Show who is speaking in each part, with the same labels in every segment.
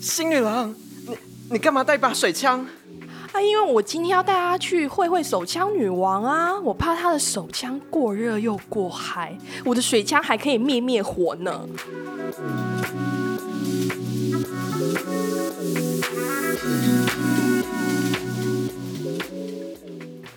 Speaker 1: 新女郎，你你干嘛带一把水枪？
Speaker 2: 啊，因为我今天要带她去会会手枪女王啊，我怕她的手枪过热又过嗨，我的水枪还可以灭灭火呢。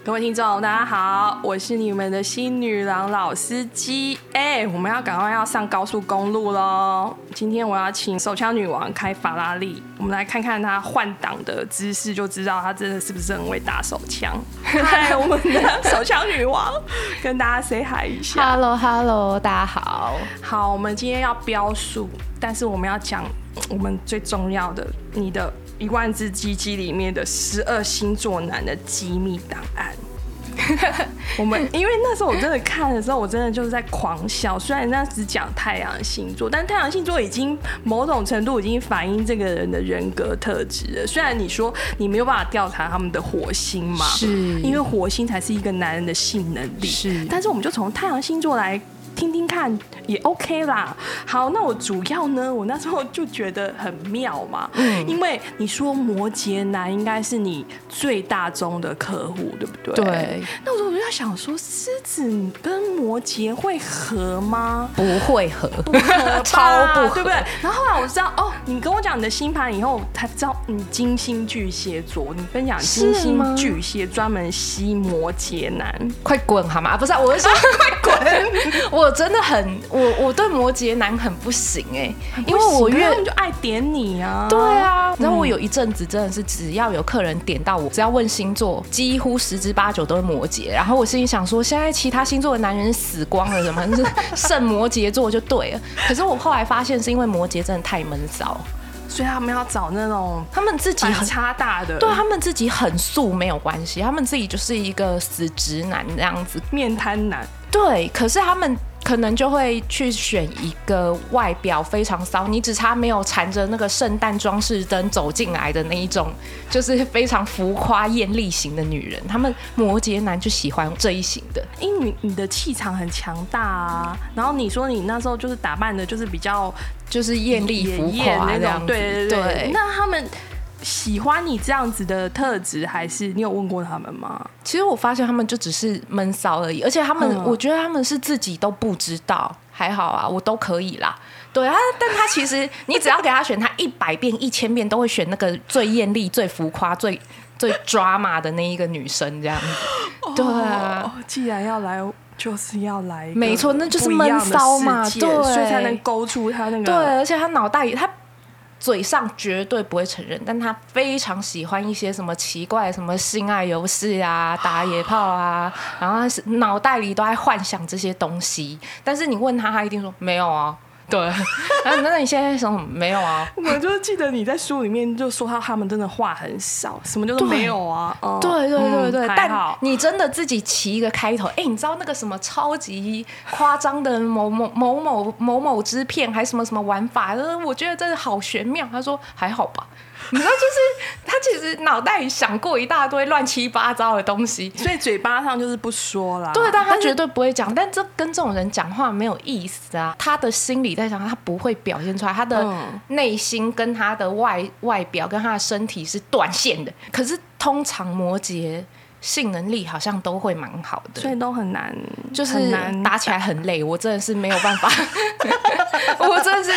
Speaker 2: 各位听众，大家好，我是你们的新女郎老司机。哎、我们要赶快要上高速公路喽！今天我要请手枪女王开法拉利，我们来看看她换挡的姿势，就知道她真的是不是很会打手枪。嗨，我们的手枪女王 跟大家 say hi 一下。
Speaker 3: Hello Hello，大家好。
Speaker 2: 好，我们今天要标数，但是我们要讲我们最重要的，你的一万只鸡鸡里面的十二星座男的机密档案。我们因为那时候我真的看的时候，我真的就是在狂笑。虽然那只讲太阳星座，但太阳星座已经某种程度已经反映这个人的人格特质了。虽然你说你没有办法调查他们的火星嘛，
Speaker 3: 是
Speaker 2: 因为火星才是一个男人的性能力，
Speaker 3: 是
Speaker 2: 但是我们就从太阳星座来听听看，也 OK 啦。好，那我主要呢，我那时候就觉得很妙嘛，
Speaker 3: 嗯
Speaker 2: 因为你说摩羯男应该是你最大宗的客户，对不对？
Speaker 3: 对，
Speaker 2: 那我就在想说，狮子跟摩羯会合吗？
Speaker 3: 不会合，
Speaker 2: 超
Speaker 3: 超
Speaker 2: 不
Speaker 3: 不
Speaker 2: 合
Speaker 3: 合
Speaker 2: 对不对？然后后来我知道，哦，你跟我讲你的星盘以后，我才知道你金星巨蟹座，你分享金
Speaker 3: 是吗
Speaker 2: 星巨蟹专门吸摩羯男，
Speaker 3: 快滚好吗？啊不是啊、我是说快滚。 我真的很，我我对摩羯男很不行哎、因为我
Speaker 2: 不行
Speaker 3: 越
Speaker 2: 他们就爱点你啊，
Speaker 3: 对啊，然后我有一阵子真的是，只要有客人点到我，只要问星座，几乎十之八九都是摩羯。然后我心里想说，现在其他星座的男人死光了，怎么 就是剩摩羯座就对了？可是我后来发现，是因为摩羯真的太闷骚，
Speaker 2: 所以他们要找那种
Speaker 3: 他们自己
Speaker 2: 反
Speaker 3: 很
Speaker 2: 差大的，
Speaker 3: 对啊他们自己很素没有关系，他们自己就是一个死直男这样子。
Speaker 2: 面瘫男，
Speaker 3: 对，可是他们可能就会去选一个外表非常骚，你只差没有缠着那个圣诞装饰灯走进来的那一种，就是非常浮夸艳丽型的女人。他们摩羯男就喜欢这一型的，
Speaker 2: 因为你你的气场很强大啊，然后你说你那时候就是打扮的，就是比较
Speaker 3: 就是艳丽浮
Speaker 2: 艳
Speaker 3: 夸
Speaker 2: 那
Speaker 3: 这样
Speaker 2: 种，
Speaker 3: 子。
Speaker 2: 对对对。
Speaker 3: 对
Speaker 2: 那他们喜欢你这样子的特质，还是你有问过他们吗？
Speaker 3: 其实我发现他们就只是闷骚而已，而且他们，
Speaker 2: 嗯
Speaker 3: 我觉得他们是自己都不知道，还好啊，我都可以啦。对啊，但他其实你只要给他选，他一百遍、一千遍都会选那个最艳丽、最浮夸、最最 drama 的那一个女生这样子。对啊，
Speaker 2: 哦，既然要来，就是要来一个不一样的世界，
Speaker 3: 没错那就是闷骚嘛对
Speaker 2: 所以才能勾出他那个
Speaker 3: 对，而且他脑袋里他。嘴上绝对不会承认，但他非常喜欢一些什么奇怪、什么性爱游戏啊、打野炮 啊，然后他是脑袋里都在幻想这些东西。但是你问他，他一定说没有啊。对，然后那你现在想什么没有啊？
Speaker 2: 我就记得你在书里面就说到他们真的话很少，什么就是
Speaker 3: 对
Speaker 2: 没有啊。嗯
Speaker 3: 对对对对，
Speaker 2: 嗯还
Speaker 3: 但
Speaker 2: 好
Speaker 3: 你真的自己起一个开头，哎、你知道那个什么超级夸张的某某某某某某支片，还什么什么玩法，呃我觉得真的好玄妙。他说还好吧，你知道，就是他其实脑袋里想过一大堆乱七八糟的东西。
Speaker 2: 所以嘴巴上就是不说啦。
Speaker 3: 对，但他绝对不会讲，但这跟这种人讲话没有意思啊。他的心里在想，他不会表现出来，他的
Speaker 2: 嗯
Speaker 3: 内心跟他的外外表跟他的身体是断线的。可是通常摩羯性能力好像都会蛮好的，
Speaker 2: 所以都很难，
Speaker 3: 就是
Speaker 2: 很难
Speaker 3: 打起来很累，我真的是没有办法， 我真的是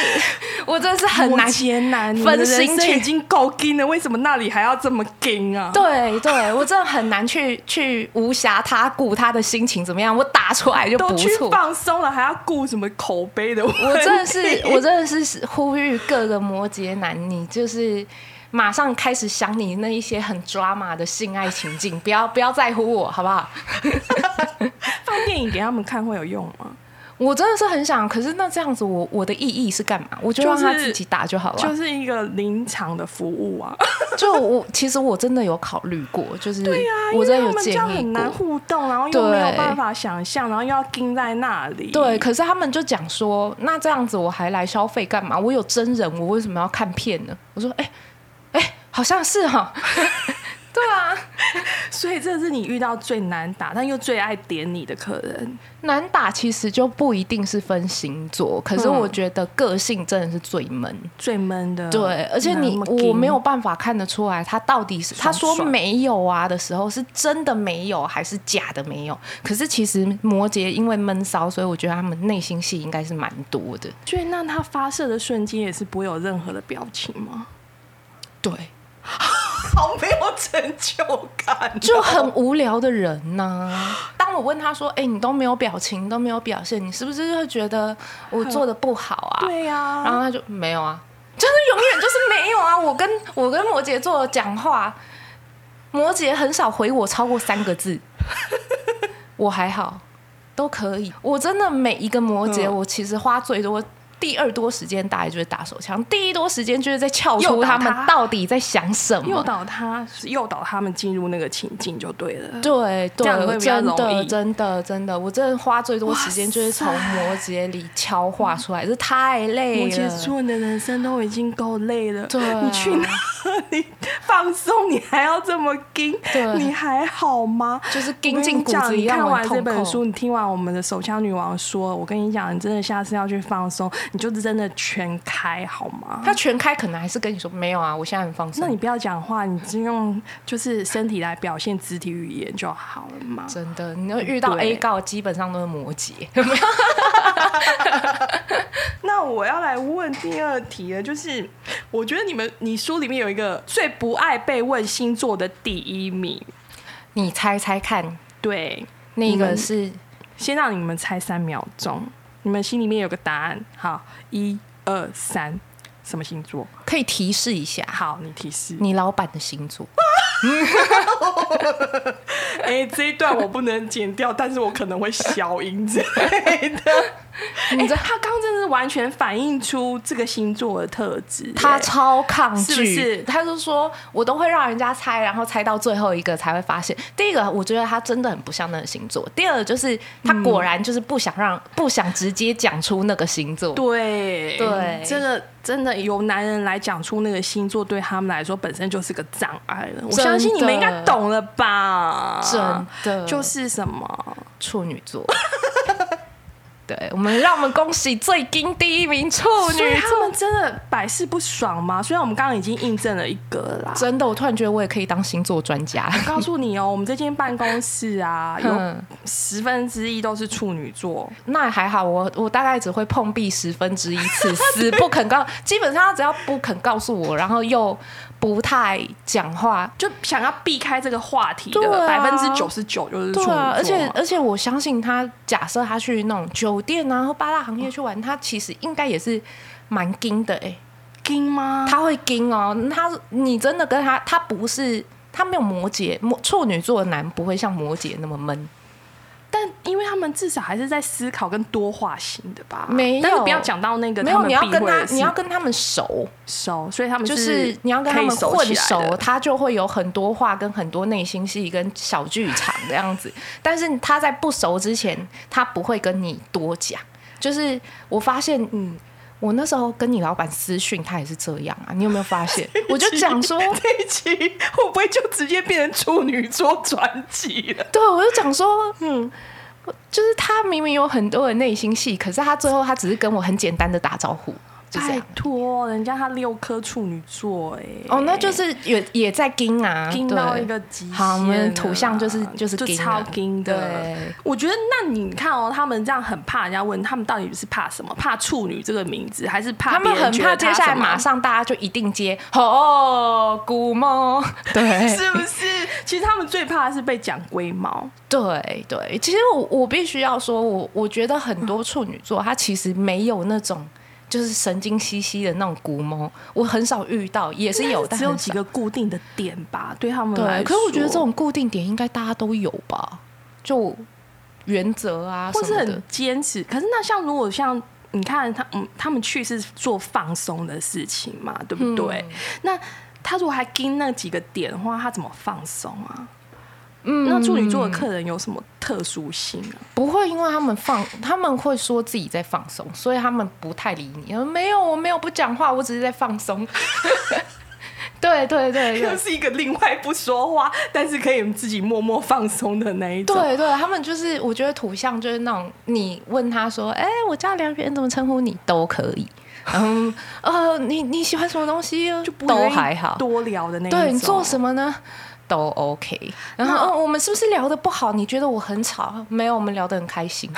Speaker 3: 我真的是很难
Speaker 2: 摩羯男，
Speaker 3: 分
Speaker 2: 你的人
Speaker 3: 心
Speaker 2: 生
Speaker 3: 去
Speaker 2: 已经够硬了，为什么那里还要这么硬啊？
Speaker 3: 对对，我真的很难去去无暇他顾他的心情怎么样，我打出来就
Speaker 2: 都
Speaker 3: 不
Speaker 2: 去
Speaker 3: 错。
Speaker 2: 放松了，还要顾什么口碑的问题？
Speaker 3: 我真的是，我真的是呼吁各个摩羯男，你就是马上开始想你那一些很抓马的性爱情境，不要不要在乎我，好不好？
Speaker 2: 放电影给他们看会有用吗？
Speaker 3: 我真的是很想，可是那这样子我，我的意义是干嘛？我就让他自己打就好了。嗯就
Speaker 2: 就是一个临场的服务啊。
Speaker 3: 我其实我真的有考虑过，就是
Speaker 2: 对啊，
Speaker 3: 我真
Speaker 2: 因为
Speaker 3: 的有
Speaker 2: 他们这
Speaker 3: 建
Speaker 2: 样
Speaker 3: 议
Speaker 2: 很难
Speaker 3: 过。
Speaker 2: 互动，然后又没有
Speaker 3: 对
Speaker 2: 办法想象，然后又要盯在那里。
Speaker 3: 对，可是他们就讲说，那这样子我还来消费干嘛？我有真人，我为什么要看片呢？我说，哎、哎、好像是哈、对啊，
Speaker 2: 所以这是你遇到最难打，但又最爱点你的客人。
Speaker 3: 难打其实就不一定是分星座，可是
Speaker 2: 嗯
Speaker 3: 我觉得个性真的是最闷。
Speaker 2: 最闷的，
Speaker 3: 对，而且你
Speaker 2: 那么紧
Speaker 3: 我没有办法看得出来他到底是他说
Speaker 2: 爽爽
Speaker 3: 没有啊的时候是真的没有还是假的没有。可是其实摩羯因为闷骚，所以我觉得他们内心戏应该是蛮多的。
Speaker 2: 所以那他发射的瞬间也是不会有任何的表情吗？
Speaker 3: 对，
Speaker 2: 好没有成就感，
Speaker 3: 就啊很无聊的人呐、 当我问他说：“哎、你都没有表情，都没有表现，你是不是会觉得我做的不好啊？”
Speaker 2: 对呀、
Speaker 3: 然后他就没有啊，就是永远就是没有啊。我跟我跟摩羯座讲话，摩羯很少回我超过三 个字，我还好，都可以。我真的每一个摩羯，
Speaker 2: 嗯
Speaker 3: 我其实花最多。第二多时间大概就是打手枪，第一多时间就是在撬
Speaker 2: 诱
Speaker 3: 出
Speaker 2: 导
Speaker 3: 他们
Speaker 2: 他
Speaker 3: 到底在想什
Speaker 2: 诱
Speaker 3: 么。
Speaker 2: 导他，诱导他们进入那个情境就对了。
Speaker 3: 对
Speaker 2: 这样会
Speaker 3: 对，
Speaker 2: 比较
Speaker 3: 真
Speaker 2: 容
Speaker 3: 的
Speaker 2: 易
Speaker 3: 真的真的，我真的花最多时间就是从
Speaker 2: 哇塞
Speaker 3: 摩羯里敲话出来，这太累了。
Speaker 2: 摩羯座，你的人生都已经够累了，
Speaker 3: 对啊
Speaker 2: 你去哪里放松，你还要这么盯
Speaker 3: 对，
Speaker 2: 你还好吗？
Speaker 3: 就是
Speaker 2: 我
Speaker 3: 盯
Speaker 2: 跟你
Speaker 3: 进骨
Speaker 2: 讲
Speaker 3: 子一
Speaker 2: 你
Speaker 3: 样
Speaker 2: 看
Speaker 3: 很
Speaker 2: 完
Speaker 3: 痛
Speaker 2: 这本
Speaker 3: 苦
Speaker 2: 书，你听完我们的手枪女王说，我跟你讲，你真的下次要去放松，你就真的全开好吗？
Speaker 3: 他全开可能还是跟你说没有啊，我现在很放松。
Speaker 2: 那你不要讲话，你只用就是身体来表现肢体语言就好了嘛。
Speaker 3: 真的，你要遇到
Speaker 2: 对
Speaker 3: A 告，基本上都是摩羯。
Speaker 2: 那我要来问第二题了，就是我觉得你们你书里面有一个最不爱被问星座的第一名，
Speaker 3: 你猜猜看，
Speaker 2: 对，
Speaker 3: 那个是
Speaker 2: 先让你们猜三秒钟，你们心里面有个答案。好，一二三，什么星座？
Speaker 3: 可以提示一下，
Speaker 2: 好，你提示。
Speaker 3: 你老板的星座。
Speaker 2: 哎、这一段我不能剪掉，但是我可能会消音之类的。你知道、 他刚刚真的是完全反映出这个星座的特质、
Speaker 3: 他
Speaker 2: 哎
Speaker 3: 超抗拒，
Speaker 2: 是不是
Speaker 3: 他就说我都会让人家猜，然后猜到最后一个才会发现。第一个，我觉得他真的很不像那个星座；第二，就是他果
Speaker 2: 嗯
Speaker 3: 然就是不想让、不想直接讲出那个星座。
Speaker 2: 对
Speaker 3: 对
Speaker 2: 真的真的由男人来讲出那个星座，对他们来说本身就是个障碍了。我
Speaker 3: 真的
Speaker 2: 相信你们应该懂了吧？
Speaker 3: 真的
Speaker 2: 啊就是什么？
Speaker 3: 处女座。 对，我们让我们恭喜最金第一名处
Speaker 2: 所以
Speaker 3: 女
Speaker 2: 他
Speaker 3: 座。
Speaker 2: 们真的百试不爽吗？虽然我们刚刚已经印证了一个了啦。
Speaker 3: 真的，我突然觉得我也可以当星座专 家。
Speaker 2: 我告诉你哦，我们这间办公室 啊，有
Speaker 3: 嗯，
Speaker 2: 十分之一都是处女座。
Speaker 3: 那还好，我我大概只会碰壁十分之一 次，死不肯告。基本上他只要不肯告诉我，然后又不太讲话，
Speaker 2: 就想要避开这个话题
Speaker 3: 对
Speaker 2: 的百
Speaker 3: 啊
Speaker 2: 分之九十九就是处
Speaker 3: 对
Speaker 2: 女座嘛，
Speaker 3: 啊，而且而且我相信他，假设他去那种酒店啊或八大行业去玩，他其实应该也是蛮精的哎、
Speaker 2: 金吗？
Speaker 3: 他会惊哦，他你真的跟他，他不是他没有摩羯，摩处女座的男不会像摩羯那么闷，
Speaker 2: 但因为他们至少还是在思考跟多化型的吧，
Speaker 3: 没有
Speaker 2: 但是不要讲到那个
Speaker 3: 没
Speaker 2: 他
Speaker 3: 有
Speaker 2: 们
Speaker 3: 你要
Speaker 2: 避
Speaker 3: 跟
Speaker 2: 讳
Speaker 3: 他
Speaker 2: 的事
Speaker 3: 你要跟他们熟，
Speaker 2: 熟，所以他们
Speaker 3: 就是你要跟他
Speaker 2: 可
Speaker 3: 们
Speaker 2: 以
Speaker 3: 混
Speaker 2: 起来
Speaker 3: 熟，
Speaker 2: 的
Speaker 3: 他就会有很多话跟很多内心戏跟小剧场这样子。但是他在不熟之前，他不会跟你多讲。就是我发现，嗯，我那时候跟你老板私讯，他也是这样啊。你有没有发 现？我就讲说，
Speaker 2: 这一期会不会就直接变成处女座传奇了？
Speaker 3: 对，我就讲说，嗯。我就是他明明有很多的内心戏，可是他最后他只是跟我很简单的打招呼，就这
Speaker 2: 拜
Speaker 3: 样。
Speaker 2: 托，人家他六颗处女座哎、
Speaker 3: 哦，那就是也也在盯啊，
Speaker 2: 盯到
Speaker 3: 对
Speaker 2: 一个极限了啦。
Speaker 3: 好，我们图像就是就是
Speaker 2: 就
Speaker 3: 盯啊
Speaker 2: 超盯的
Speaker 3: 对。
Speaker 2: 我觉得那你看哦，他们这样很怕人家问他们到底是怕什么？怕处女这个名字，还是怕
Speaker 3: 他们
Speaker 2: 别人
Speaker 3: 很
Speaker 2: 觉
Speaker 3: 怕
Speaker 2: 得
Speaker 3: 接下
Speaker 2: 什
Speaker 3: 来
Speaker 2: 么
Speaker 3: 马上大家就一定接哦，古猫，对
Speaker 2: 是不是？ 其实他们最怕的是被讲龟毛，
Speaker 3: 对对。其实我我必须要说，我我觉得很多处女座他其实没有那种就是神经兮兮的那种古猫，我很少遇到，也是有，但
Speaker 2: 只有
Speaker 3: 很
Speaker 2: 几
Speaker 3: 少
Speaker 2: 个固定的点吧，对他们来说。
Speaker 3: 对。可是我觉得这种固定点应该大家都有吧，就原则啊
Speaker 2: 或
Speaker 3: 什
Speaker 2: 是
Speaker 3: 么的
Speaker 2: 很。坚持。可是那像如果像你看他，嗯，他们去是做放松的事情嘛，对不对？
Speaker 3: 嗯
Speaker 2: 那他如果还盯那几个点的话，他怎么放松啊？
Speaker 3: 嗯
Speaker 2: 那处女座的客人有什么特殊性啊？
Speaker 3: 不会，因为他们放，他们会说自己在放松，所以他们不太理你。呃没有，我没有不讲话，我只是在放松。 对对对
Speaker 2: 又
Speaker 3: 对
Speaker 2: 是一个另外不说话，但是可以自己默默放松的那一种。
Speaker 3: 对对，他们就是我觉得土象就是那种你问他说，哎、我家梁元怎么称呼你都可以， 嗯呃，你你喜欢什么东西
Speaker 2: 就不
Speaker 3: 都
Speaker 2: 愿意
Speaker 3: 还好，
Speaker 2: 多聊的那一种。
Speaker 3: 对你做什么呢？都 OK，然后、哦、我们是不是聊的不好？你觉得我很吵？没有，我们聊得很 开心。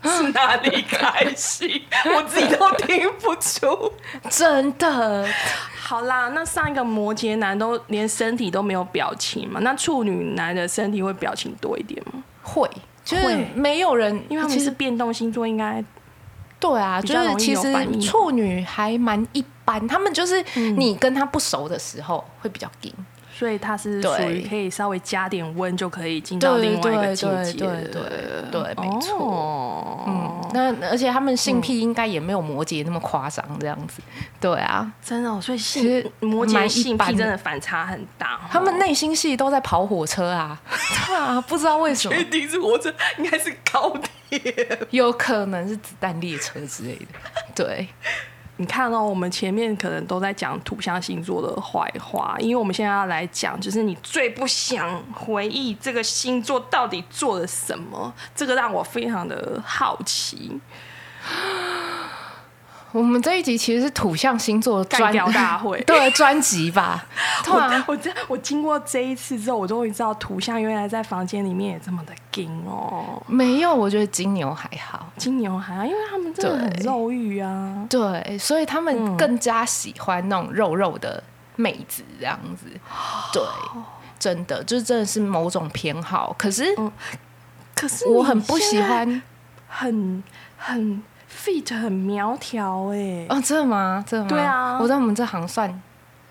Speaker 2: 是哪里开心， 我自己都听不出。
Speaker 3: 真的，
Speaker 2: 好啦，那上一个摩羯男都连身体都没有表情嘛，那处女男的身体会表情多一点吗？
Speaker 3: 会，就是
Speaker 2: 会
Speaker 3: 没有人，
Speaker 2: 因为他们
Speaker 3: 其
Speaker 2: 是
Speaker 3: 实
Speaker 2: 变动星座，应该
Speaker 3: 对啊，
Speaker 2: 比
Speaker 3: 就
Speaker 2: 较
Speaker 3: 是
Speaker 2: 容易
Speaker 3: 其
Speaker 2: 有
Speaker 3: 实
Speaker 2: 反应嗯
Speaker 3: 处女还蛮一般，他们就是你跟他不熟的时候会比较硬。
Speaker 2: 所以他是
Speaker 3: 对
Speaker 2: 属于可以稍微加点温就可以进到
Speaker 3: 对
Speaker 2: 另外一个
Speaker 3: 对
Speaker 2: 境
Speaker 3: 对
Speaker 2: 界。
Speaker 3: 对对对，没错。
Speaker 2: 哦嗯
Speaker 3: 嗯，那而且他们性癖应该也没有摩羯那么夸张，这样子。对啊，
Speaker 2: 真的哦、所以
Speaker 3: 其
Speaker 2: 性
Speaker 3: 实
Speaker 2: 摩羯
Speaker 3: 蛮一
Speaker 2: 性
Speaker 3: 般
Speaker 2: 癖
Speaker 3: 的
Speaker 2: 真的反差很大哦、
Speaker 3: 他们内心戏都在跑火车啊，对啊，不知道为什么，
Speaker 2: 定是火车，应该是高铁。
Speaker 3: 有可能是子弹列车之类的。对，
Speaker 2: 你看哦，我们前面可能都在讲土象星座的坏话，因为我们现在要来讲，就是你最不想回忆这个星座到底做了什么，这个让我非常的好奇。
Speaker 3: 我们这一集其实是土象星座
Speaker 2: 干
Speaker 3: 专
Speaker 2: 掉大会
Speaker 3: 对专辑 吧？对
Speaker 2: 我
Speaker 3: 啊，
Speaker 2: 我这我经过这一次之后，我终于知道图像原来在房间里面也这么的硬哦。
Speaker 3: 没有，我觉得金牛还好。
Speaker 2: 金牛还好，因为他们真的很
Speaker 3: 对
Speaker 2: 肉欲啊。
Speaker 3: 对，所以他们更加喜欢那种肉肉的妹子这样子。对，真的，就是真的是某种偏好。可是
Speaker 2: 可是
Speaker 3: 我
Speaker 2: 嗯你
Speaker 3: 很不喜
Speaker 2: 现在
Speaker 3: 欢。
Speaker 2: 很很 fit 很苗条哎、
Speaker 3: 哦，真的吗？真的吗？
Speaker 2: 对啊
Speaker 3: 我在我们这行算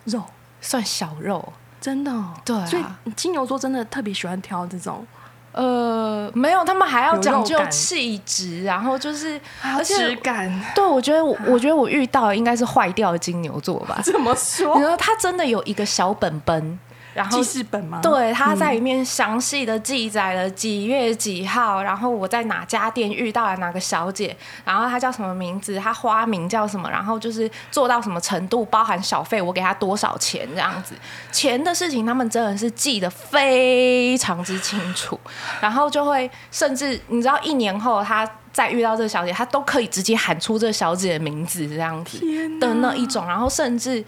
Speaker 2: 肉
Speaker 3: 算小肉。
Speaker 2: 真的、哦，
Speaker 3: 对啊
Speaker 2: 所以金牛座真的特别喜欢挑这种，
Speaker 3: 呃，没有，他们还要
Speaker 2: 有
Speaker 3: 讲
Speaker 2: 肉
Speaker 3: 究
Speaker 2: 感
Speaker 3: 气质，然后就是，
Speaker 2: 而
Speaker 3: 而
Speaker 2: 质
Speaker 3: 且
Speaker 2: 感。
Speaker 3: 对我觉得我，我觉得我遇到的应该是坏掉的金牛座 吧
Speaker 2: 怎么
Speaker 3: 你
Speaker 2: 说？
Speaker 3: 说他真的有一个小本本，哦然后
Speaker 2: 记事本吗？，
Speaker 3: 对，他在里面详细的记载了几月几号，然后我在哪家店遇到了哪个小姐，然后她叫什么名字，她花名叫什么，然后就是做到什么程度，包含小费我给她多少钱这样子。钱的事情他们真的是记得非常之清楚，然后就会甚至你知道一年后她再遇到这个小姐，她都可以直接喊出这个小姐的名字这样子
Speaker 2: 天
Speaker 3: 的那一种，然后甚至。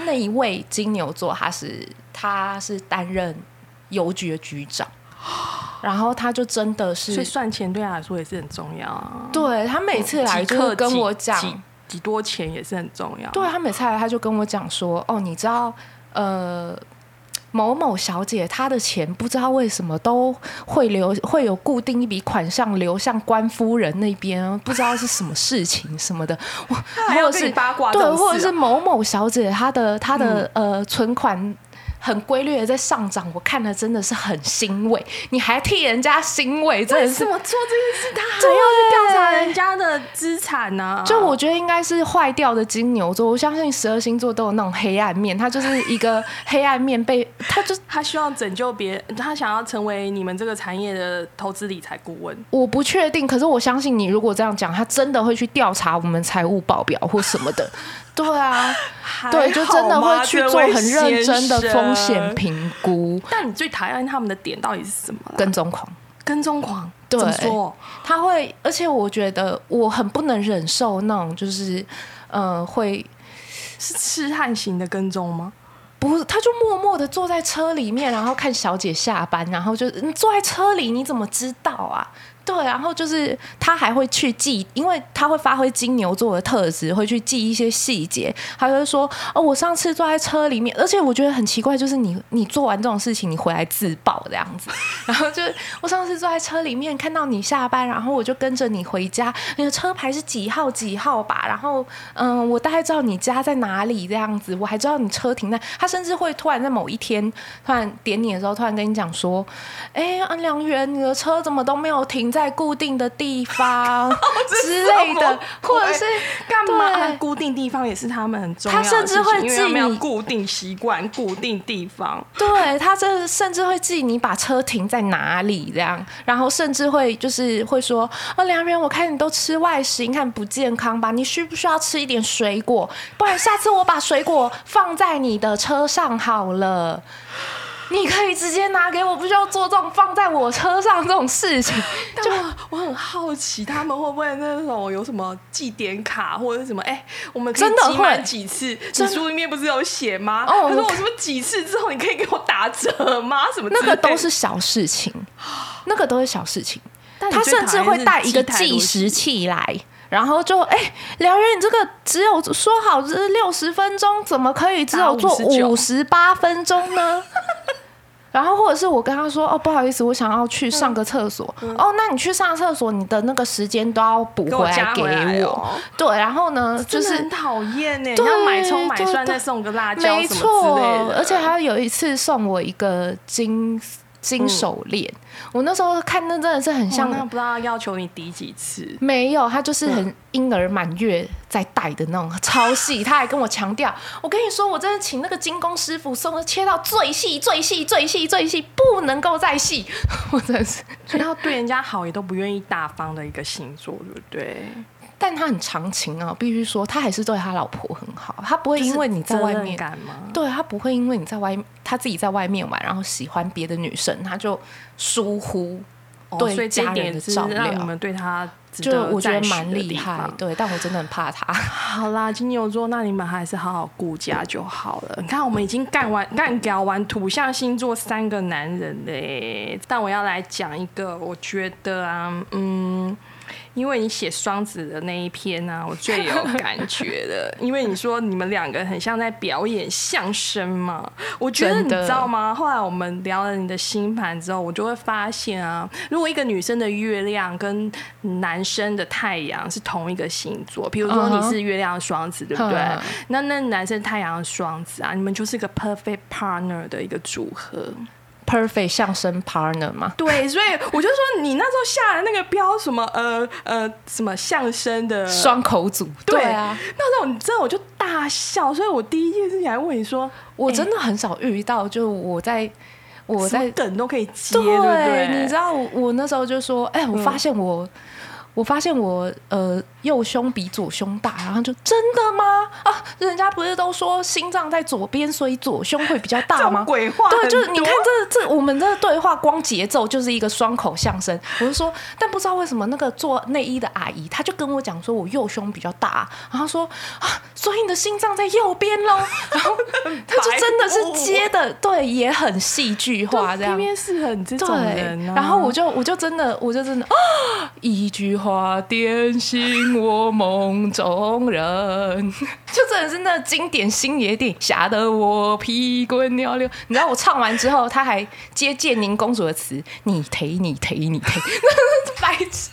Speaker 3: 那一位金牛座，他是他是担任邮局的局长，然后他就真的
Speaker 2: 所以
Speaker 3: 是
Speaker 2: 算钱对他来说也是很重要啊。
Speaker 3: 对他每次来
Speaker 2: 即
Speaker 3: 就
Speaker 2: 刻
Speaker 3: 是跟
Speaker 2: 几
Speaker 3: 我讲，
Speaker 2: 几几多钱也是很重要。
Speaker 3: 对他啊每次来他就跟我讲说，哦，你知道呃。某某小姐，她的钱不知道为什么都会留，会有固定一笔款项流向官夫人那边，不知道是什么事情什么的。
Speaker 2: 他还要跟你八卦这
Speaker 3: 对，
Speaker 2: 种事啊，嗯
Speaker 3: 或者是某某小姐她的她的、呃存款。很规律的在上涨，我看了真的是很欣慰。你还替人家欣慰，真
Speaker 2: 为
Speaker 3: 的
Speaker 2: 什
Speaker 3: 是
Speaker 2: 么做这件事，他还要去调查人家的资产啊呢、
Speaker 3: 就我觉得应该是坏掉的金牛座。我相信十二星座都有那种黑暗面，它就是一个黑暗面被它就是。
Speaker 2: 他希望拯救别人，他想要成为你们这个产业的投资理财顾问。
Speaker 3: 我不确定，可是我相信你，如果这样讲，他真的会去调查我们财务报表或什么 的。对啊，对，就真的会去做很认真的风险
Speaker 2: 评。
Speaker 3: 评估，
Speaker 2: 但你最讨厌他们的点到底是什么啦？
Speaker 3: 跟踪狂。
Speaker 2: 跟踪狂，
Speaker 3: 对
Speaker 2: 怎么说？
Speaker 3: 他会，而且我觉得我很不能忍受那种就是，呃，会
Speaker 2: 是痴汉型的跟踪吗？
Speaker 3: 不，他就默默的坐在车里面，然后看小姐下班，然后就你坐在车里，你怎么知道啊？对，然后就是他还会去记，因为他会发挥金牛座的特质，会去记一些细节。他就会说：“哦，我上次坐在车里面，而且我觉得很奇怪，就是你你做完这种事情，你回来自爆这样子。 然后就我上次坐在车里面看到你下班，然后我就跟着你回家，你的车牌是几号几号吧？然后嗯，我大概知道你家在哪里这样子，我还知道你车停在。他甚至会突然在某一天突然点你的时候，突然跟你讲说：“哎、安良元，你的车怎么都没有停在固定的地方之类的，或者是
Speaker 2: 干嘛？
Speaker 3: 对
Speaker 2: 固定地方也是他们很重要的
Speaker 3: 他甚至会
Speaker 2: 事情因为他们
Speaker 3: 记
Speaker 2: 要
Speaker 3: 你
Speaker 2: 固定习惯、固定地方。
Speaker 3: 对他这甚至会记你把车停在哪里这样，然后甚至会就是会说哦，梁人，我看你都吃外食，你看不健康吧？你需不需要吃一点水果？不然下次我把水果放在你的车上好了。你可以直接拿给我，不需要做这种放在我车上这种事情。
Speaker 2: 就我很好奇，他们会不会那种有什么祭典卡或者是什么？哎、我们可以
Speaker 3: 真的
Speaker 2: 集满
Speaker 3: 会
Speaker 2: 几次？你
Speaker 3: 真的
Speaker 2: 书里面不是有写吗？
Speaker 3: 哦
Speaker 2: 他说
Speaker 3: 我
Speaker 2: 我什么几次之后你可以给我打折吗？什么之
Speaker 3: 那
Speaker 2: 类的
Speaker 3: 个都是小事情，那个都是小事情。
Speaker 2: 啊但你
Speaker 3: 他
Speaker 2: 最
Speaker 3: 甚至
Speaker 2: 讨厌
Speaker 3: 会
Speaker 2: 是
Speaker 3: 带一个
Speaker 2: 记太多
Speaker 3: 计
Speaker 2: 事
Speaker 3: 时器来，然后就哎，梁、元，你这个只有说好是六十分钟，怎么可以只有做
Speaker 2: 59
Speaker 3: 五十八分钟 呢？然后或者是我跟他说哦，不好意思，我想要去上个厕所。哦，那你去上厕所，你的那个时间都要补
Speaker 2: 嗯给我
Speaker 3: 回来
Speaker 2: 加
Speaker 3: 给
Speaker 2: 回
Speaker 3: 我。
Speaker 2: 来哦
Speaker 3: 对，然后呢，就
Speaker 2: 真的
Speaker 3: 是
Speaker 2: 很讨厌呢。你
Speaker 3: 对
Speaker 2: 要买葱买蒜
Speaker 3: 对
Speaker 2: 再送个辣椒
Speaker 3: 没
Speaker 2: 什么
Speaker 3: 错
Speaker 2: 之类，的，
Speaker 3: 而且他有一次送我一个金金手链，我那时候看那真的是很
Speaker 2: 像
Speaker 3: 像，
Speaker 2: 那不知道要求你抵几次。
Speaker 3: 没有，他就是很婴儿满月在戴的那种超细，他还跟我强调，我跟你说，我真的请那个精工师傅送的切到最细、最细、最细、最细，不能够再细， 我真的是，
Speaker 2: 所以他对人家好也都不愿意大方的一个星座，对不对？
Speaker 3: 但他很长情啊，必须说他还是对他老婆很好，他不会因为你在外
Speaker 2: 责任
Speaker 3: 面
Speaker 2: 感吗？
Speaker 3: 对他不会因为你在外他自己在外面玩，然后喜欢别的女生，他就疏忽。
Speaker 2: 哦
Speaker 3: 对
Speaker 2: 所以这一
Speaker 3: 家人
Speaker 2: 点
Speaker 3: 的
Speaker 2: 是
Speaker 3: 照
Speaker 2: 让
Speaker 3: 料
Speaker 2: 你们对他值
Speaker 3: 就
Speaker 2: 得
Speaker 3: 我觉得
Speaker 2: 赞许
Speaker 3: 蛮
Speaker 2: 的
Speaker 3: 厉
Speaker 2: 地
Speaker 3: 害
Speaker 2: 方，
Speaker 3: 对，但我真的很怕他。
Speaker 2: 好啦，金牛座，那你们还是好好顾家就好了。你看，我们已经干完干聊完土象星座三个男人嘞，但我要来讲一个，我觉得啊，嗯。因为你写双子的那一篇呢、啊，我最有感觉的。因为你说你们两个很像在表演相声嘛，我觉得
Speaker 3: 真
Speaker 2: 你
Speaker 3: 的
Speaker 2: 知道吗？后来我们聊了你的星盘之后，我就会发现啊，如果一个女生的月亮跟男生的太阳是同一个星座，比如说
Speaker 3: 嗯
Speaker 2: 你
Speaker 3: 哼
Speaker 2: 是月亮双子，对不对
Speaker 3: 嗯？
Speaker 2: 那那男生太阳双子啊，你们就是一个 perfect partner 的一个组合。
Speaker 3: Perfect 相声 partner 嘛，
Speaker 2: 对，所以我就说你那时候下的那个标什么呃呃什么相声的
Speaker 3: 双口组。
Speaker 2: 对
Speaker 3: 对啊，
Speaker 2: 那时候你知道我就大笑，所以我第一件事情还问你说
Speaker 3: 我
Speaker 2: 哎
Speaker 3: 真的很少遇到，就我在我
Speaker 2: 什
Speaker 3: 在
Speaker 2: 么梗都可以接，对嗯
Speaker 3: 对，
Speaker 2: 不对？
Speaker 3: 你知道我我那时候就说，哎、我发现我。我发现我呃右胸比左胸大，然后就真的吗？啊，人家不是都说心脏在左边，所以左胸会比较
Speaker 2: 这
Speaker 3: 大吗
Speaker 2: 种？鬼话很多，
Speaker 3: 对，就是你看这这我们这个对话光节奏就是一个双口相声。我就说，但不知道为什么那个做内衣的阿姨，她就跟我讲说我右胸比较大，然后说啊，所以你的心脏在右边喽。然后她就真的是接的，对，也很戏剧化这样
Speaker 2: 偏。偏适合你这种人、
Speaker 3: 对
Speaker 2: 啊，，
Speaker 3: 然后我就我就真的我就真的啊，一句话点醒我梦中人， 就真的是那经典星爷电影吓得我屁滚尿流。你知道我唱完之后，他还接建宁公主的词，你忒你忒你忒，白痴。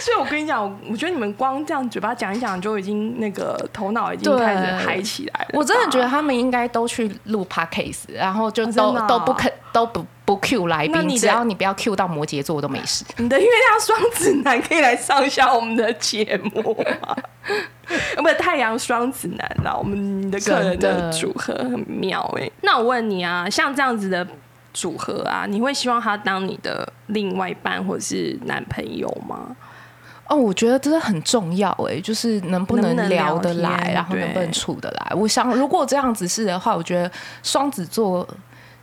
Speaker 2: 所以我跟你讲，我觉得你们光这样嘴巴讲一讲，就已经那个头脑已经
Speaker 3: 对
Speaker 2: 开始嗨起来了。
Speaker 3: 我真的觉得他们应该都去录 podcast，然后就都、
Speaker 2: 真的啊
Speaker 3: 都不肯都不不 Q 来
Speaker 2: 那你
Speaker 3: 宾，
Speaker 2: 的
Speaker 3: 只要你不要 Q 到摩羯座，我都没事。
Speaker 2: 你的月亮双子男可以来上一下我们的节目吗？ 啊不，太阳双子男啦，我们你的客人
Speaker 3: 真
Speaker 2: 的
Speaker 3: 的
Speaker 2: 组合很妙哎、那我问你啊，像这样子的组合啊，你会希望他当你的另外一半或者是男朋友吗？
Speaker 3: 哦，我觉得这很重要哎、就是能不
Speaker 2: 能不能
Speaker 3: 聊得
Speaker 2: 聊
Speaker 3: 来，
Speaker 2: 天
Speaker 3: 然后能不
Speaker 2: 对
Speaker 3: 能处得来。我想，如果这样子是的话，我觉得双子座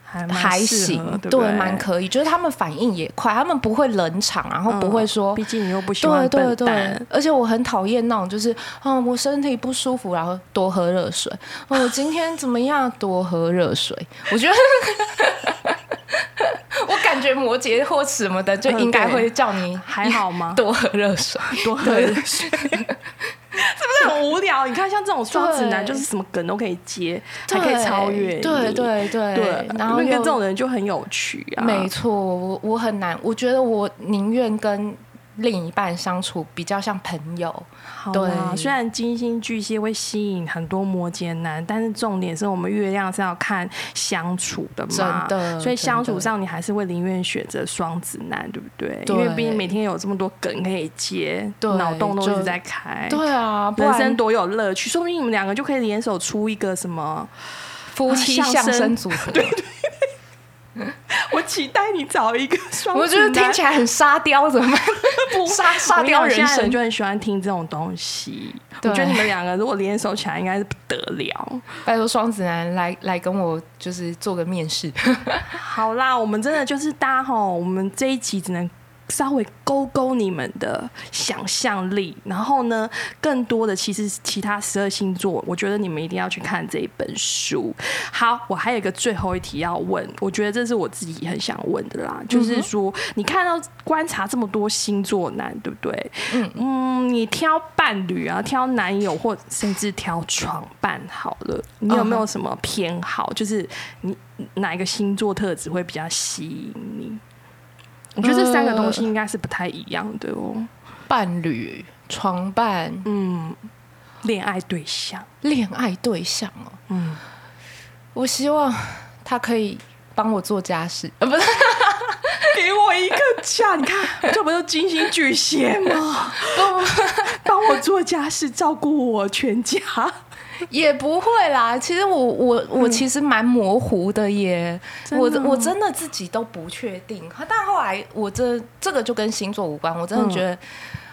Speaker 2: 还蛮
Speaker 3: 还
Speaker 2: 适
Speaker 3: 行
Speaker 2: 合，对不
Speaker 3: 对，
Speaker 2: 对，
Speaker 3: 蛮可以，就是他们反应也快，他们不会冷场，啊然后不会说。
Speaker 2: 嗯毕竟你又不喜欢
Speaker 3: 对对
Speaker 2: 笨
Speaker 3: 对
Speaker 2: 蛋，，
Speaker 3: 而且我很讨厌那种，就是嗯，我身体不舒服，然后多喝热水。 哦，我今天怎么样？多喝热水。我觉得，我感觉摩羯或什么的就
Speaker 2: 嗯
Speaker 3: 应该
Speaker 2: 对
Speaker 3: 会叫你
Speaker 2: 还好吗？
Speaker 3: 多喝热水。
Speaker 2: 多喝 热水，是不是很无聊？你看，像这种双子男，
Speaker 3: 对
Speaker 2: 就是什么梗都可以接，还
Speaker 3: 对
Speaker 2: 可以超越你，
Speaker 3: 对对对
Speaker 2: 对，
Speaker 3: 然后
Speaker 2: 因为跟
Speaker 3: 又
Speaker 2: 这种人就很有趣啊。
Speaker 3: 没错，我我很难，我觉得我宁愿跟另一半相处比较像朋友，
Speaker 2: 好
Speaker 3: 对
Speaker 2: 啦，虽然金星巨蟹会吸引很多摩羯男，但是重点是我们月亮是要看相处的嘛，
Speaker 3: 真的
Speaker 2: 所以相
Speaker 3: 真
Speaker 2: 处
Speaker 3: 的
Speaker 2: 上你还是会宁愿选择双子男，对不对？
Speaker 3: 对
Speaker 2: 因为毕竟每天有这么多梗可以接，
Speaker 3: 对
Speaker 2: 脑洞都一
Speaker 3: 就
Speaker 2: 直在开，
Speaker 3: 对啊，不
Speaker 2: 人
Speaker 3: 然
Speaker 2: 生多有乐趣，说不定你们两个就可以联手出一个什么。
Speaker 3: 夫妻
Speaker 2: 相
Speaker 3: 相
Speaker 2: 声
Speaker 3: 声 组合，
Speaker 2: 我期待你找一个双子
Speaker 3: 我觉得听
Speaker 2: 来
Speaker 3: 起来很沙雕，怎 么办？沙沙雕人
Speaker 2: 现在
Speaker 3: 生
Speaker 2: 人就很喜欢听这种东西。我
Speaker 3: 对
Speaker 2: 觉得你们两个如果联手起来，应该是不得了。
Speaker 3: 拜托双子男来来跟我就是做个面试，
Speaker 2: 好啦，我们真的就是搭吼，我们这一集只能。稍微勾勾你们的想象力，然后呢，更多的其实其他十二星座，我觉得你们一定要去看这一本书。好，我还有一个最后一题要问，我觉得这是我自己很想问的啦，就是说，你看到观察这么多星座男，对不对？嗯你挑伴侣啊，挑男友或甚至挑床伴好了，你有没有什么偏好？就是你哪一个星座特质会比较吸引你？我觉得这三个东西应该是不太一样的哦。
Speaker 3: 伴侣、床伴、
Speaker 2: 嗯，恋爱对象，
Speaker 3: 恋爱对象哦，
Speaker 2: 嗯，
Speaker 3: 我希望他可以帮我做家事，呃，不是，
Speaker 2: 给我一个假，你看，这不是金星巨蟹吗？帮我做家事，照顾我全家。
Speaker 3: 也不会啦。其实我我我其实蛮模糊的耶，
Speaker 2: 嗯真的
Speaker 3: 我
Speaker 2: 哦
Speaker 3: 我真的自己都不确定。但后来我这这个就跟星座无关，我真的觉得
Speaker 2: 嗯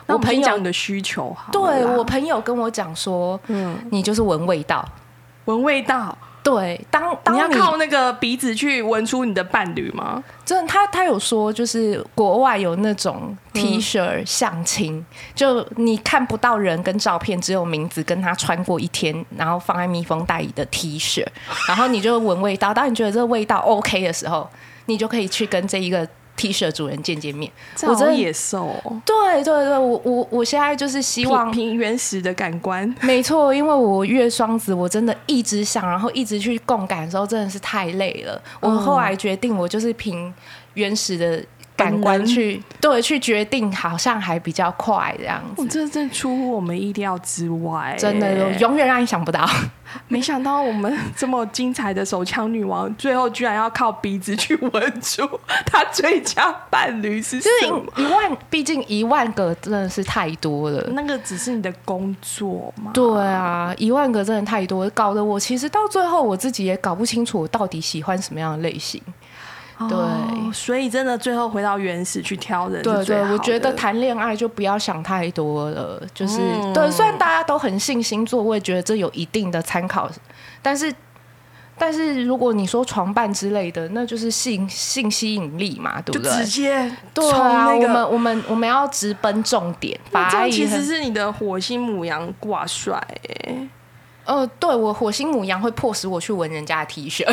Speaker 2: 那我
Speaker 3: 朋
Speaker 2: 朋
Speaker 3: 友
Speaker 2: 友你的需求好了啦，
Speaker 3: 对我朋友跟我讲说，
Speaker 2: 嗯，
Speaker 3: 你就是闻味道。
Speaker 2: 闻味道，
Speaker 3: 对，当当
Speaker 2: 你要
Speaker 3: 你
Speaker 2: 靠那个鼻子去闻出你的伴侣吗？
Speaker 3: 真的，他他有说，就是国外有那种 T 恤相亲，就你看不到人跟照片，只有名字跟他穿过一天，然后放在密封袋里的 T 恤，然后你就闻味道。当你觉得这个味道 OK 的时候，你就可以去跟这一个 T 恤主人见见面。我
Speaker 2: 我
Speaker 3: 真
Speaker 2: 真
Speaker 3: 的
Speaker 2: 野兽哦，
Speaker 3: 对对对，我我我现在就是希望
Speaker 2: 凭凭原始的感 官，
Speaker 3: 没错，因为我月双子，我真的一直想，然后一直去共感的时候，真的是太累了。我后来决定，我就是凭原始的感官去对去决定，好像还比较快这样
Speaker 2: 我
Speaker 3: 子。
Speaker 2: 这真的出乎我们意料之外，
Speaker 3: 真的，我永远让你想不到。
Speaker 2: 没想到我们这么精彩的手枪女王，最后居然要靠鼻子去闻出 她最佳伴侣是
Speaker 3: 就
Speaker 2: 什么？
Speaker 3: 是一万，毕竟一万个真的是太多了。
Speaker 2: 那个只是你的工作嘛？
Speaker 3: 对啊，一万个真的太多，搞得我其实到最后我自己也搞不清楚我到底喜欢什么样的类型。
Speaker 2: 哦
Speaker 3: 对
Speaker 2: 所以真的最后回到原始去挑人
Speaker 3: 对
Speaker 2: 是最
Speaker 3: 对
Speaker 2: 好，的
Speaker 3: 我觉得谈恋爱就不要想太多了，就是、
Speaker 2: 嗯
Speaker 3: 对。虽然大家都很信星座，我也觉得这有一定的参考，但是但是如果你说床伴之类的，那就是性性吸引力嘛，对
Speaker 2: 就
Speaker 3: 不对？
Speaker 2: 直接
Speaker 3: 对
Speaker 2: 冲
Speaker 3: 啊，
Speaker 2: 那
Speaker 3: 我
Speaker 2: 个
Speaker 3: 们我们我们要直奔重点，
Speaker 2: 那这
Speaker 3: 把
Speaker 2: 样
Speaker 3: 以
Speaker 2: 其
Speaker 3: 很
Speaker 2: 实是你的火星母羊挂帅、欸，
Speaker 3: 呃，对我火星母羊会迫使我去闻人家的 T 恤，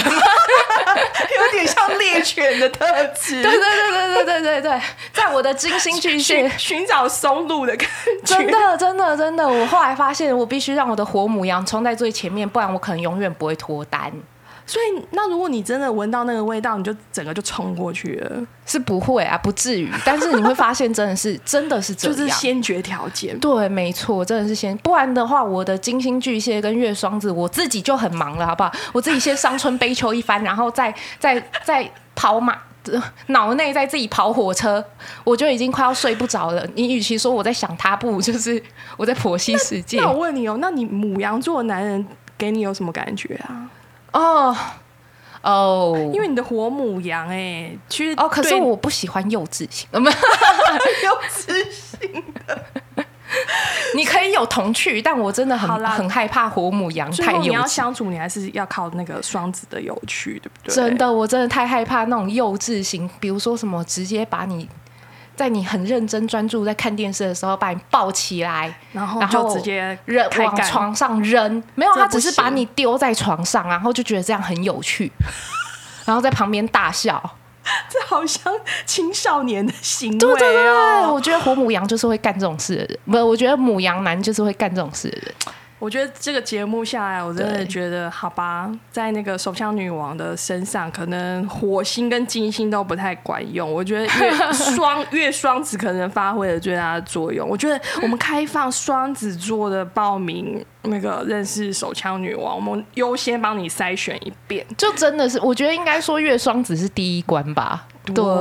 Speaker 2: 有点像猎犬的特质，
Speaker 3: 对对对对对对对对，在我的金星 巨蟹
Speaker 2: 寻寻找松露的感觉。
Speaker 3: 真的，真的，真的，我后来发现，我必须让我的火母羊冲在最前面，不然我可能永远不会脱单，
Speaker 2: 所以，那如果你真的闻到那个味道，你就整个就冲过去了，
Speaker 3: 是不会啊，不至于。但是你会发现，真的是，真的是这
Speaker 2: 就
Speaker 3: 样。
Speaker 2: 是先决条件。
Speaker 3: 对，没错，真的是先，不然的话，我的金星巨蟹跟月双子，我自己就很忙了，好不好？我自己先伤春悲秋一番，然后再 再再跑马。呃脑内在自己跑火车，我就已经快要睡不着了。你与其说我在想他，不如就是我在婆媳世界。
Speaker 2: 那我问你哦，那你母羊座的男人给你有什么感觉啊？
Speaker 3: 哦哦，
Speaker 2: 因为你的火母羊哎、欸，其实
Speaker 3: 哦，可是
Speaker 2: 对
Speaker 3: 我不喜欢幼稚型，我们
Speaker 2: 有自信
Speaker 3: 你可以有童趣，但我真的
Speaker 2: 好
Speaker 3: 很
Speaker 2: 啦
Speaker 3: 很害怕火母羊
Speaker 2: 最
Speaker 3: 太
Speaker 2: 后你
Speaker 3: 幼
Speaker 2: 要
Speaker 3: 稚。
Speaker 2: 相处，你还是要靠那个双子的有趣，对不对？
Speaker 3: 真的，我真的太害怕那种幼稚型，比如说什么直接把你在你很认真专注在看电视的时候把你抱起来，
Speaker 2: 然后
Speaker 3: 然后
Speaker 2: 就直接
Speaker 3: 扔
Speaker 2: 开
Speaker 3: 往
Speaker 2: 干
Speaker 3: 床上扔，没有，
Speaker 2: 这
Speaker 3: 他只
Speaker 2: 不
Speaker 3: 是
Speaker 2: 行
Speaker 3: 把你丢在床上，然后就觉得这样很有 趣，然后在旁边大笑。
Speaker 2: 这好像青少年的行为哦。
Speaker 3: 对对对，我觉得火母羊就是会干这种事的人，不，我觉得母羊男就是会干这种事的人。
Speaker 2: 我觉得这个节目下来，我真的
Speaker 3: 对
Speaker 2: 觉得，好吧，在那个手枪女王的身上，可能火星跟金星都不太管用。我觉得月双 月双子可能发挥了最大的作用。我觉得我们开放双子座的报名，那个认识手枪女王，我们优先帮你筛选一遍。
Speaker 3: 就真的是，我觉得应该说月双子是第一关吧。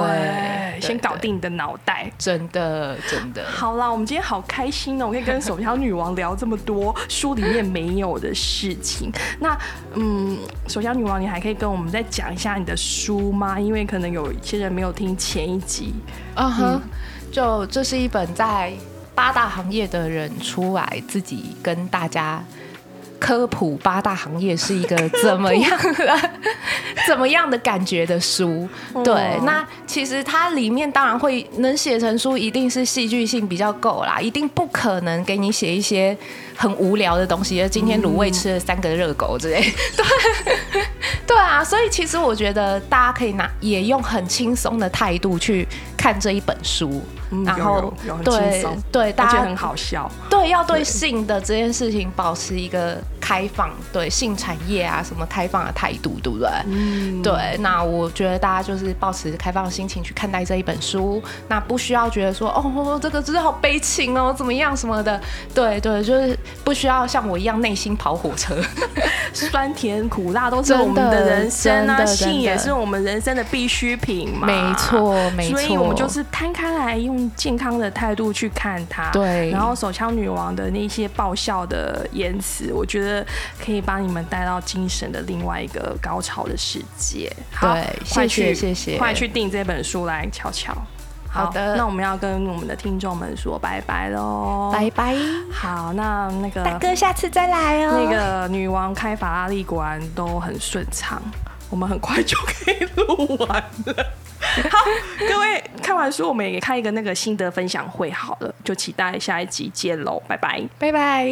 Speaker 3: 对
Speaker 2: 先搞。定你的脑袋。
Speaker 3: 真的，真的，
Speaker 2: 好啦，我们今天好开心哦！我可以跟手枪女王聊这么多 书里面没有的事情。那嗯，手枪女王，你还可以跟我们再讲一下你的书吗？因为可能有一些人没有听前一集。
Speaker 3: 嗯哼，就这是一本在八大行业的人出来自己跟大家科普八大行业是一个怎么样的 怎么样的感觉的书。对，那其实它里面当然会能写成书，一定是戏剧性比较够啦，一定不可能给你写一些很无聊的东西。今天卤味吃了三个热狗之类，对啊，所以其实我觉得大家可以拿也用很轻松的态度去看这一本书，
Speaker 2: 嗯
Speaker 3: 然
Speaker 2: 有
Speaker 3: 后
Speaker 2: 有有很轻
Speaker 3: 对
Speaker 2: 松
Speaker 3: 对
Speaker 2: 而
Speaker 3: 大
Speaker 2: 且
Speaker 3: 家
Speaker 2: 很好笑，
Speaker 3: 对要对性的这件事情保持一个开放，对性产业啊什么开放的态度，对不对？嗯，对。那我觉得大家就是保持开放的心情去看待这一本书，那不需要觉得说哦这个真的好悲情哦怎么样什么的，对对，就是不需要像我一样内心跑火车。
Speaker 2: 酸甜苦辣都是
Speaker 3: 真的
Speaker 2: 我们的人生
Speaker 3: 真
Speaker 2: 啊，
Speaker 3: 的
Speaker 2: 性也
Speaker 3: 真的
Speaker 2: 是我们人生的必需品嘛。
Speaker 3: 没错没
Speaker 2: 所以我们就
Speaker 3: 错
Speaker 2: 是摊开来，用健康的态度去看它。
Speaker 3: 对
Speaker 2: 然后手枪女王的那些爆笑的言辞，我觉得可以帮你们带到精神的另外一个高潮的世界。好
Speaker 3: 对
Speaker 2: 快
Speaker 3: 谢
Speaker 2: 去
Speaker 3: 谢谢谢
Speaker 2: 快去订这本书来瞧瞧。
Speaker 3: 好的
Speaker 2: 那我们要跟我们的听众们说拜拜喽，
Speaker 3: 拜。拜，
Speaker 2: 好，那那个
Speaker 3: 大哥，下次再来哦。
Speaker 2: 那个女王开法拉利果然都很顺畅，我们很快就可以录完 了。好，各位看完书，我们也开一个那个心得分享会好了，就期待下一集见喽，拜拜。
Speaker 3: 拜拜。